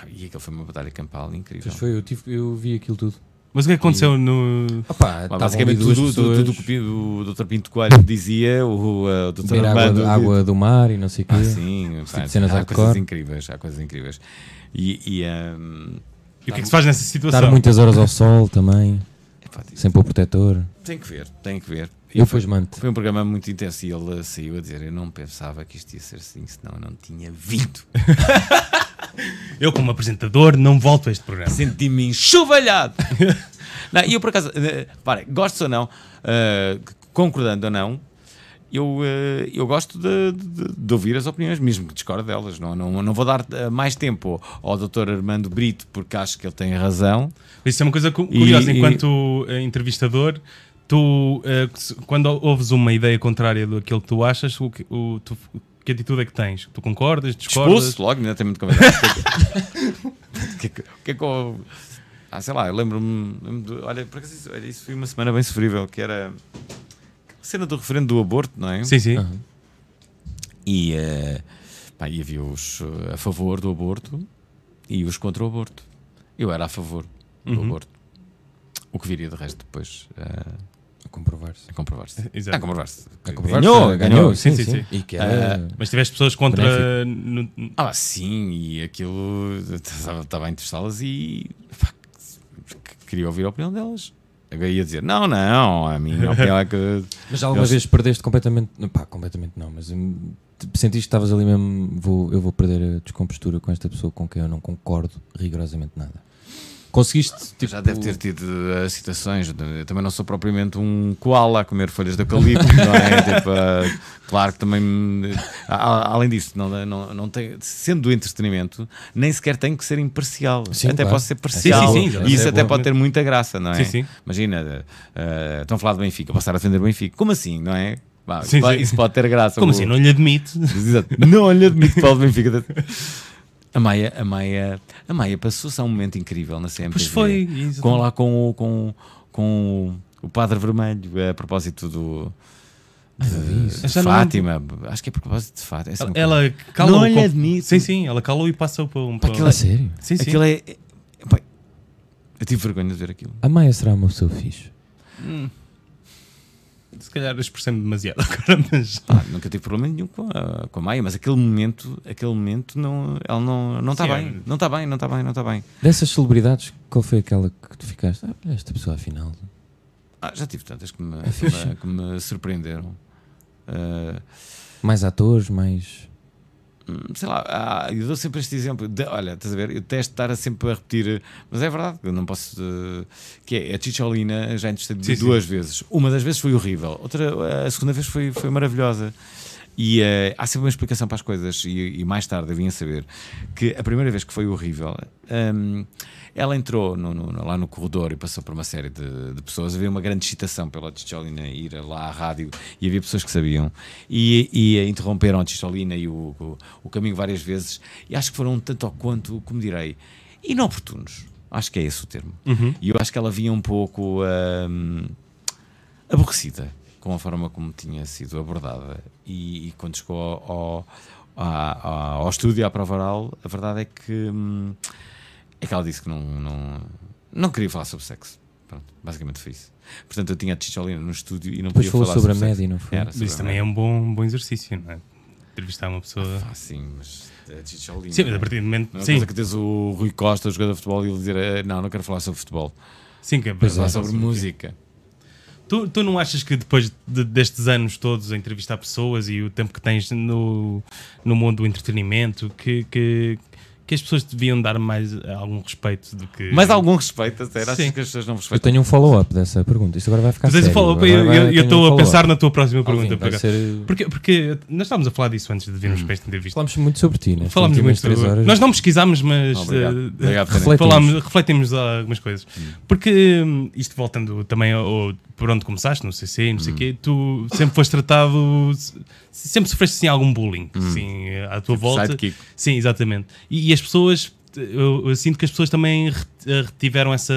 E aquilo foi uma batalha campal incrível. Mas foi, eu, tive, eu vi aquilo tudo. Mas o que é que aconteceu no. Opa, Mas estavam basicamente ali duas tudo, tudo, tudo pessoas que o Pin- o Dr. Pinto Coelho dizia, o, uh, o Dr. beber água, Armando. do- água do mar e não sei o quê. Ah, sim, Esse pá, tipo de cenas há hardcore. coisas incríveis, há coisas incríveis. E, e, um, E o que é que se faz Tá nessa situação? Estar muitas horas ao sol também, epá, tem- sem pôr protetor. tem que ver, tem que ver. E Eu foi, fui mante. foi um programa muito intenso e ele saiu a dizer: Eu não pensava que isto ia ser assim, senão eu não tinha vindo. Eu, como apresentador, não volto a este programa. Senti-me enxovalhado. não, e eu, por acaso, eh, reparem, gosto ou não, eh, concordando ou não, eu, eh, eu gosto de, de- de ouvir as opiniões, mesmo que discorde delas. Não, não, não vou dar eh, mais tempo ao Dr. Armando Brito, porque acho que ele tem razão. Isso é uma coisa cu- curiosa. E- e- Enquanto eh, entrevistador, tu, eh, se- quando ouves uma ideia contrária daquilo que tu achas, o que, o- tu- que atitude é que tens? Tu concordas? Discordas? Expulso logo, imediatamente convidado. O que é que- o que é que eu. Ah, sei lá, eu lembro-me. lembro-me do- olha, por acaso, isso, olha, isso foi uma semana bem sofrível, que era. a Cena do referendo do aborto, não é? Sim, sim. Aham. E, eh, pá, e havia os eh, a favor do aborto e os contra o aborto. Eu era a favor do Uhum. aborto. O que viria de resto depois eh, A comprovar-se. a comprovar-se. Exato. A comprovar-se. A comprovar-se. é Ganhou, ganhou. sim, sim, sim, sim. E que era. Mas tiveste pessoas contra. no- no- Ah, sim, e aquilo estava- estava a interessá-las e pá, que- queria ouvir a opinião delas. Agora ia dizer: não, não, a minha opinião é que. mas alguma eles- vez perdeste completamente. não, Pá, completamente não, mas hum, te- sentiste que estavas ali mesmo. Vou, eu vou perder a descompostura com esta pessoa com quem eu não concordo rigorosamente nada. Conseguiste. Tipo, Já deve ter tido eh, citações. Eu também não sou propriamente um koala a comer folhas de eucalipto, não é? Tipo, eh, claro que também. me- a- a- além disso, não, não, não tem, sendo do entretenimento, nem sequer tem que ser imparcial. Sim, até claro. posso ser É sim, parcial. sim, já e isso sei, boa. né? até pode ter muita graça, não Sim, é? sim. Imagina, eh, estão a falar de Benfica, passar a defender o Benfica. Como assim, não é? Vá, Sim, pá, sim. Isso pode ter graça. Como O- assim? Não lhe admite. Exato. Não lhe admito que fale de Benfica. A Maia, a Maia, a Maia passou-se a um momento incrível na CMTV. Pois foi. exatamente. Com, lá com, o- com, com o Padre Vermelho, é a propósito do. de- Eu de já não Fátima, acho que é a propósito de Fátima. Essa é Ela, uma coisa. ela calou. Não lhe com- admite. Sim, sim. Ela calou e passou para um. Para... A sério? Sim, sim. Aquilo é. é- pá, eu tive vergonha de ver aquilo. A Maia será uma pessoa fixe. é- Se calhar expressei-me demasiado agora, mas. Pá, nunca tive problema nenhum com a, com a Maia, mas aquele momento, aquele momento não, ela não não está Sim, bem. é. Não está bem, não está bem, não está bem. Dessas celebridades, qual foi aquela que tu ficaste? Ah, olha, esta pessoa afinal. Ah, já tive tantas que É me, que me, que me surpreenderam. Ah, Mais atores, mais. Hum, sei lá, ah, eu dou sempre este exemplo. de- olha, estás a ver? Eu testo estar a sempre a repetir, mas é verdade, eu não posso. eh, que é, a Chicholina já entrevistei Sim, sim. duas vezes. Uma das vezes foi horrível, outra, a segunda vez foi, foi maravilhosa. E eh, há sempre uma explicação para as coisas. E, e mais tarde eu vim a saber que a primeira vez que foi horrível, hum, ela entrou no- no- lá no corredor e passou por uma série de, de pessoas. Havia uma grande excitação pela Tistolina ir lá à rádio e havia pessoas que sabiam. E, e interromperam a Tistolina e o, o, o caminho várias vezes. E acho que foram um tanto ou quanto, como direi, inoportunos. Acho que é esse o termo. E eu acho que ela vinha um pouco. hum, aborrecida com a forma como tinha sido abordada. E, e quando chegou ao, ao, à- à- ao estúdio, à prova oral, a verdade é que, hum, é que ela disse que não, não, não queria falar sobre sexo. Pronto, basicamente foi isso. Portanto, eu tinha a Chicholina no estúdio e não Depois podia falou falar sobre a sexo. média, não foi? Era sobre Isso a também é média. um bom, um bom exercício, não é? Entrevistar uma pessoa. Ah, sim, mas a Chicholina. Sim, mas a partir do momento. Não é sim, coisa que tens o Rui Costa, o jogador de futebol, e ele dizer: "Eh, Não, não quero falar sobre futebol, sim, que é é. quero falar é, sobre música. Tu, tu não achas que depois de- destes anos todos a entrevistar pessoas e o tempo que tens no, no mundo do entretenimento, que, que, que as pessoas deviam dar mais eh, algum respeito do que. Mais algum respeito, até achas Sim. que as pessoas não Eu respeitam? tenho um follow-up dessa pergunta. Isto agora vai ficar Tu tens o sério. follow-up e Agora vai- eu- eu tenho um estou a follow-up. pensar na tua próxima pergunta. Alvin, por vai acaso. ser- porque, porque nós estávamos a falar disso antes de virmos para esta entrevista. Falámos muito sobre ti, né? Falámos Nas muito últimas três sobre- horas. Nós não pesquisámos, mas Obrigado. eh, Obrigado, Fernando. Reflete- falámos, refletimos algumas coisas. Porque hum, isto voltando também ao, ao- por onde começaste, no CC, Hum. não sei o quê, tu sempre foste tratado, se- sempre sofreste assim, algum bullying assim, à tua volta. Hum. sidekick. Sim, exatamente. E, e as pessoas, eu, eu sinto que as pessoas também re- eh, retiveram essa,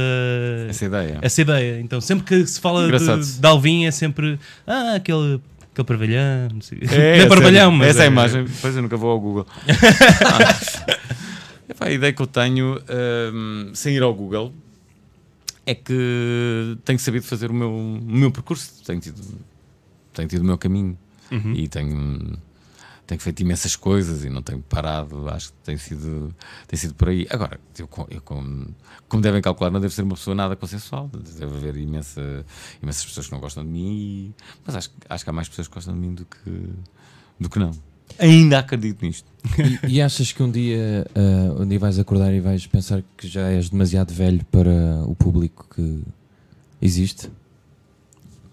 Essa é ideia. essa ideia. Então, sempre que se fala Engraçado. de, de Alvin, é sempre ah, aquele, aquele parvalhão, não sei. É, não é essa- parvalhão, mas. Essa é é- a imagem, depois eu nunca vou ao Google. Ah, epá, a ideia que eu tenho, hum, sem ir ao Google, é que tenho sabido fazer o meu, o meu percurso, tenho tido, tenho tido o meu caminho Uhum. e tenho, tenho feito imensas coisas e não tenho parado, acho que tem sido, tem sido por aí. Agora, eu, co- eu como, como devem calcular, não devo ser uma pessoa nada consensual, deve haver imensa, imensas pessoas que não gostam de mim, e- mas acho, que- acho que há mais pessoas que gostam de mim do que, do que não. Ainda acredito nisto. E achas que um dia, ah, um dia vais acordar e vais pensar que já és demasiado velho para o público que existe?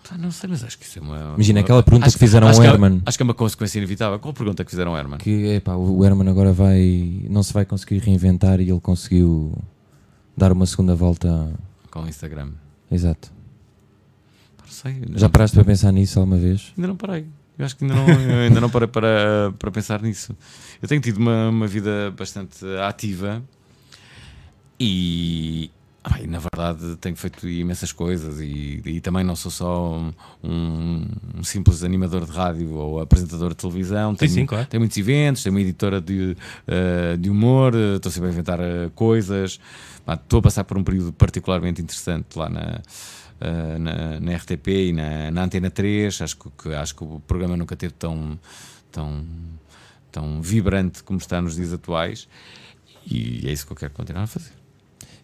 Pá, Não sei, mas acho que isso é uma. Imagina uma- aquela pergunta que fizeram acho ao que é- Herman. acho que é uma consequência inevitável. Qual pergunta que fizeram ao Herman? Que epá, o Herman agora vai não se vai conseguir reinventar e ele conseguiu dar uma segunda volta. Com o Instagram. Exato. Não sei. Já paraste para pensar nisso alguma vez? Ainda não parei. Eu acho que ainda não, eu ainda não parei para, para pensar nisso. Eu tenho tido uma, uma vida bastante ativa e, ah, bem, na verdade, tenho feito imensas coisas e, e também não sou só um, um- um simples animador de rádio ou apresentador de televisão. Tenho, sim, claro. tenho muitos eventos, tenho uma editora de, eh, de humor, eh, estou sempre a inventar eh, coisas. Pá, Estou a passar por um período particularmente interessante lá na, eh, na, na RTP e na, na Antena 3. Acho que, que- acho que o programa nunca teve tão, tão, tão vibrante como está nos dias atuais. E é isso que eu quero continuar a fazer.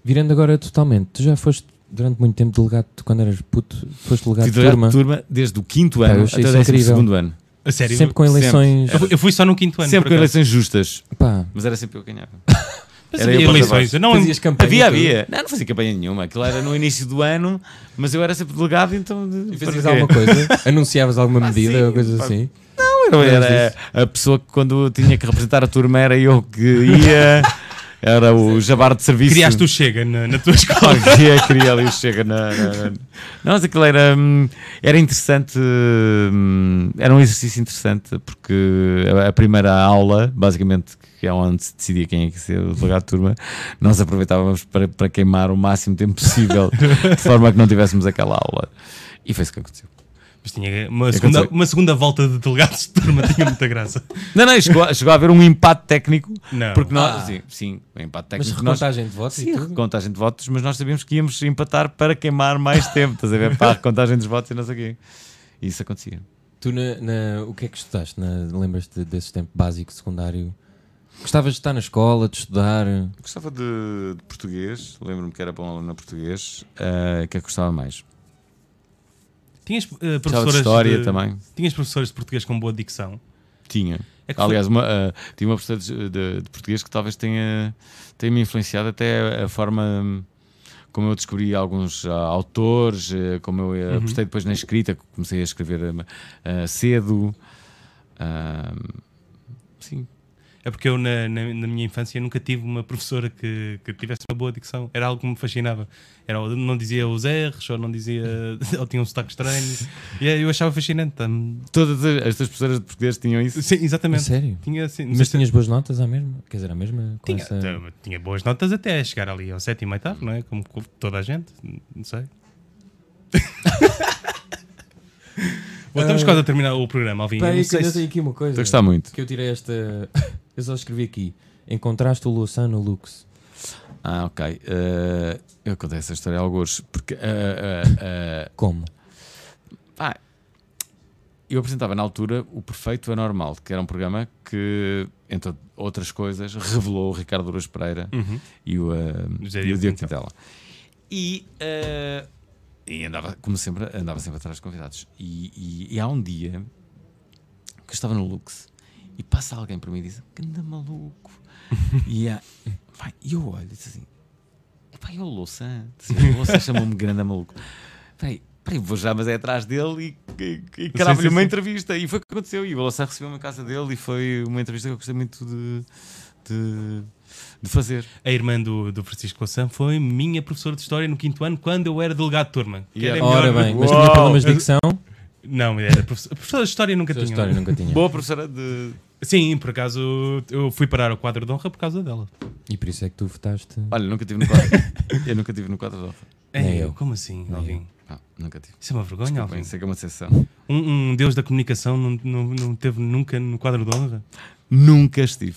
Virando agora totalmente, tu já foste durante muito tempo delegado, tu, quando eras puto, foste delegado Fui de delegado turma, de desde o quinto Pá, eu ano achei até o isso décimo incrível. segundo ano. A sério. sempre com eleições. Eu, eu fui só no quinto ano. por sempre com acaso. eleições justas. Pá, Mas era sempre eu que ganhava. Mas Era havia eu para eleições. baixo. Eu não fazias campanha. havia, e tudo. havia. Não, não fazia campanha nenhuma. Aquilo era no início do ano, mas eu era sempre delegado, então. de- E para fazias quê? alguma coisa? Anunciavas alguma Ah, medida, sim, ou coisa pá. assim? Não, eu era Lembras a pessoa que quando tinha que representar a turma era eu que ia. Era o jabar de serviço. Criaste o Chega na, na tua escola. Qualquer é queria ali o chega na, na- na- Não, mas aquilo era, hum, era interessante, hum, era um exercício interessante, porque a- a primeira aula, basicamente, que é onde se decidia quem é que ia ser o delegado de turma, nós aproveitávamos para, para queimar o máximo tempo possível, de forma a que não tivéssemos aquela aula. E foi isso que aconteceu. Mas tinha uma segunda, aconteceu. uma segunda volta de delegados de turma, tinha muita graça. Não, não, chegou, chegou a haver um empate técnico, Não. porque nós. Ah. Sim, sim, um Mas empate técnico. porque nós- recontagem de votos e Sim, a tudo? recontagem de votos, mas nós sabíamos que íamos empatar para queimar mais tempo, estás a ver? Para a recontagem dos votos e não sei o quê. E isso acontecia. Tu na, na- o que é que estudaste? Na, lembras-te desse tempo básico, secundário? Gostavas de estar na escola, de estudar? Gostava de, de português, lembro-me que era bom aluno na português. Ah, O que é que gostava mais? Tinhas eh, Gostava de professoras. história de- também. Tinhas professores de português com boa dicção. Tinha. É que Aliás, uma, ah, tinha uma professora de, de- de português que talvez tenha, tenha me influenciado até a forma hum, como eu descobri alguns ah, autores, eh, como eu Uhum. eh, apostei depois na escrita, que comecei a escrever ah, ah, cedo. Ah, sim, É porque eu, na, na, na minha infância, nunca tive uma professora que, que tivesse uma boa dicção. Era algo que me fascinava. Era, o- não dizia os R's, ou não dizia. ou tinha um sotaque estranho. E eu achava fascinante. Hum, Todas as as tuas professoras de português tinham isso? Sim, A exatamente. sério? Tinha, assim, não Mas sei tinhas boas notas à mesma? Quer dizer, à mesma? Com se- tinha, essa- tinha- tinha boas notas até chegar ali ao sétimo e oitavo, não é? Como co- toda a gente. Não sei. Bom, estamos Ah, quase a terminar o programa, Alvin. Pá, Eu não eu sei tenho se- aqui uma coisa. Estou a gostar muito. Que eu tirei esta. eu só escrevi aqui. Encontraste o Luciano no Lux. Ah, ok. Ah, eu contei essa história a alguns, porque ah, ah, ah, Como? Ah, eu apresentava na altura o Perfeito Anormal, que era um programa que, entre outras coisas, revelou o Ricardo Louros Pereira Uhum. e o, ah, José e o Diogo Diogo Quintela. Quintela. E, ah, e andava, como sempre, andava sempre atrás de convidados. E, e- e há um dia que eu estava no Lux e passa alguém para mim e diz: Que anda maluco, e ah, vai, e eu olho e disse assim: Epá, é o Louçã. Disse, O Louçã chamou-me grande a maluco. Peraí, peraí, vou já, mas é atrás dele e, e, e caralho-lhe sim, uma sim. entrevista. E foi o que aconteceu. E o Louçã recebeu uma casa dele e foi uma entrevista que eu gostei muito de, de, de fazer. A irmã do, do Francisco Louçã foi minha professora de História no quinto ano, quando eu era delegado de turma. Que Yeah. era Ora É melhor- bem, mas Uau! tinha problemas de dicção. Não, era professora, professora de História nunca Essa tinha. história nunca tinha. Boa professora de. Sim, por acaso eu fui parar ao quadro de honra por causa dela. E por isso é que tu votaste. Olha, nunca tive no quadro. eu nunca tive no quadro de honra. Nem Ei, eu. Como assim, Alvin? Não, nunca tive. Isso é uma vergonha, Desculpem, Alvin. sei que é uma exceção. Um, um deus da comunicação não, não, não teve nunca no quadro de honra? Nunca estive.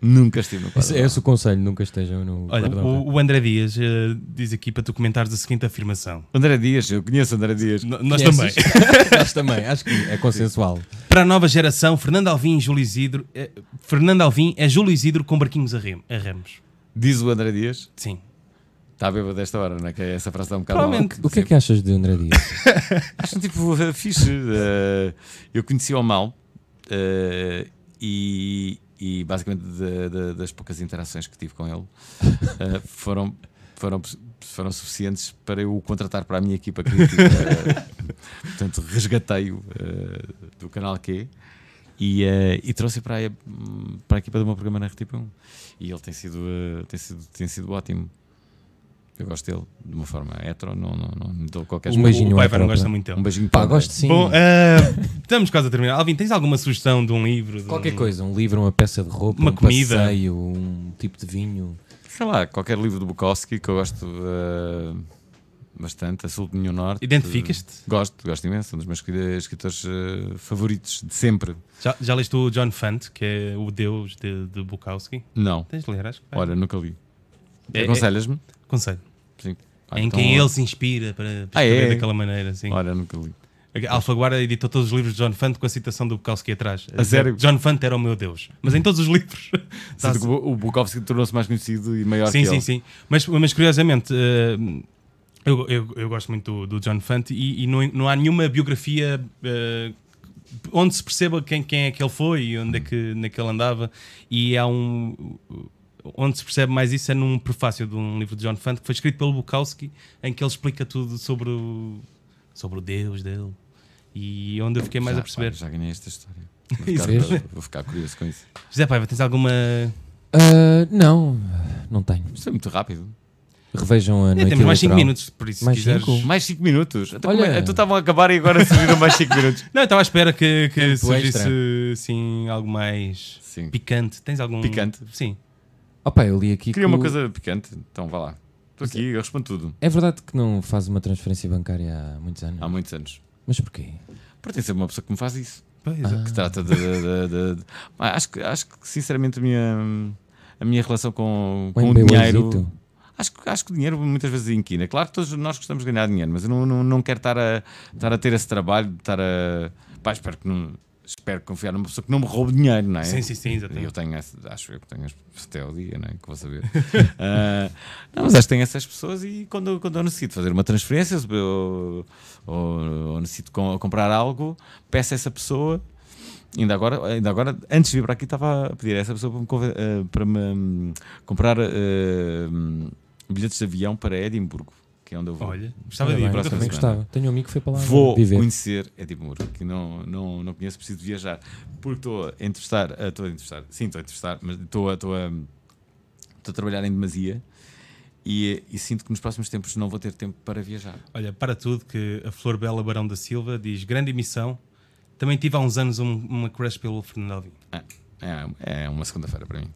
nunca estive no quadro. Esse, de honra. esse é o conselho, nunca estejam no Olha, guarda-roupa. o, o André Dias eh, diz aqui para tu comentares a seguinte afirmação. André Dias, eu conheço André Dias. N- nós também. Conheces? Nós também, acho que é consensual. Para a nova geração, Fernando Alvim e Júlio Isidro. eh, Fernando Alvim é Júlio Isidro com barquinhos a, rem- a remos. Diz o André Dias. Sim. Está bêbado desta hora, não é? Que essa frase está um bocado Provavelmente. O que é que achas de André Dias? Acho tipo eh, fixe. eh, eu conheci-o mal eh, e, e basicamente da- da- das poucas interações que tive com ele eh, foram, foram, foram suficientes para eu o contratar para a minha equipa criativa. Eh, portanto, resgatei-o eh, do canal Q. E, eh, e trouxe para a, para a equipa do meu programa na RTP1 e ele tem sido, eh, tem sido, tem sido ótimo. Eu gosto dele de uma forma hetero, não, não, não, lhe dou qualquer Um beijinho o pai à vai não própria. gosta muito dele. um beijinho Pá, para o gosto sim. Bom, eh, estamos quase a terminar. Alvin, tens alguma sugestão de um livro? de Qualquer um- coisa, um livro, uma peça de roupa, Uma um comida. passeio, um tipo de vinho. André. Sei lá, qualquer livro do Bukowski que eu gosto eh, bastante, A Sul do Minho Norte. Identificas-te? Gosto, gosto imenso. Um dos meus escri- escritores eh, favoritos de sempre. Já, já leste o John Fant, que é o deus de, de Bukowski? Não. Tens de ler, acho que vai. Olha, nunca li. É- Aconselhas-me? Aconselho. Sim. Ah, em então- quem ele se inspira para, para Ah, escrever é? daquela maneira, sim. Olha, nunca li. A Alfaguara editou todos os livros de John Fante com a citação do Bukowski atrás. A sério? John Fante era o meu Deus. Mas em todos os livros. Tá- Sinto que o o Bukowski tornou-se mais conhecido e maior sim, que sim, ele. sim. Mas, mas curiosamente, eh, eu, eu, eu gosto muito do, do John Fante e, e não, não há nenhuma biografia eh, onde se perceba quem, quem é que ele foi e onde é que, onde é que ele andava. E há um. Onde se percebe mais isso é num prefácio de um livro de John Fante que foi escrito pelo Bukowski, em que ele explica tudo sobre o, sobre o Deus dele. E é onde eu fiquei mais já, a perceber. pá, já ganhei esta história. Isso Vou ficar, mesmo. vou ficar curioso com isso. José Paiva, tens alguma. Ah, não, não tenho. Isto é muito rápido. Revejam a É, noite temos mais 5 eleitoral. minutos, por isso, Mais se quiseres. cinco? Mais 5 minutos. Então, Olha. como é- então estavam a acabar e agora surgiram mais 5 minutos. Não, eu estava à espera que, que Tempo surgisse assim, algo mais Sim. picante. Tens algum. Picante? Sim. Opa, eu li aqui Queria que uma o- coisa picante, então vá lá. Estou aqui, eu respondo tudo. É verdade que não faz uma transferência bancária há muitos anos. Há muitos anos. Mas porquê? Porque tem sempre uma pessoa que me faz isso. Pois, Ah, Que trata de. de- de- de- Ah, acho, que, acho que, sinceramente, a minha, a minha relação com, com o MBWzito. dinheiro. Acho, que- acho que o dinheiro muitas vezes inquina. Claro que todos nós gostamos de ganhar dinheiro, mas eu não, não, não quero estar a, estar a ter esse trabalho, de estar a. Pá, espero que não. Espero confiar numa pessoa que não me roube dinheiro, não é? Sim, sim, sim, E Eu exatamente. tenho, essa- acho eu que tenho as- até ao dia, não é? Que vou saber. Ah, não, mas acho que tenho essas pessoas e quando, eu- quando eu necessito fazer uma transferência se eu- ou, ou necessito com- comprar algo, peço a essa pessoa. Ainda agora, ainda agora, antes de vir para aqui, estava a pedir a essa pessoa para me, conven- ah, para me, hum, comprar ah, hum, bilhetes de avião para Edimburgo, que é onde eu vou. Olha, Ah, gostava de bem, ir. Então, por por outra também acaso. razão. gostava. Tenho um amigo que foi para lá Vou viver. conhecer Edimburgo, que não, não, não conheço, preciso viajar. Porque estou a entrevistar, ah, estou a entrevistar, sim, estou a entrevistar, mas estou a, estou a, estou a trabalhar em demasia e, e sinto que nos próximos tempos não vou ter tempo para viajar. Olha, para tudo, que a Flor Bela Barão da Silva diz: grande emissão. Também tive há uns anos um- uma crush pelo Fernando Alvim. Ah, É, é uma segunda-feira para mim.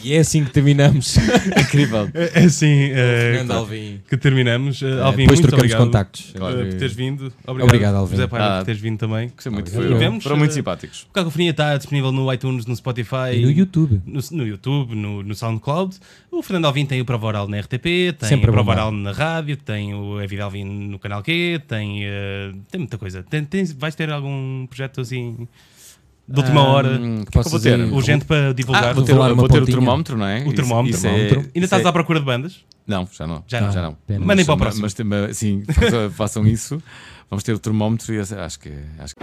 E é assim que terminamos. Incrível. É assim Fernando Alvim. É, que terminamos. Eh, Alvim, Depois muito trocamos obrigado eh, contactos. por teres vindo. Obrigado, Obrigado, Alvim. José Paiva, Ah, por teres vindo também. Gostei muito, Obrigado. foi- Tivemos, foram muito eh, simpáticos. O Cacofonia está disponível no iTunes, no Spotify. E no YouTube. no, no YouTube, no, no SoundCloud. O Fernando Alvim tem o Prova Oral na RTP, tem Sempre o a Prova bombar. é? Oral na rádio, tem o Evida Alvim no canal Q, tem, eh, tem muita coisa. Tem, tem- vais ter algum projeto assim de última hora Hum, que posso eu vou dizer? ter? o- urgente para divulgar? Ah, vou ter, Vou lá vou numa ter o pontinha. termómetro, não é? o termómetro. Isso- isso é- Ainda isso estás é- à procura de bandas? Não, já não. Já não. Ah, já não. pena. Mandem para o Mas- próximo. Mas, mas, sim, façam, é- façam isso. Vamos ter o termómetro e acho que. Acho que...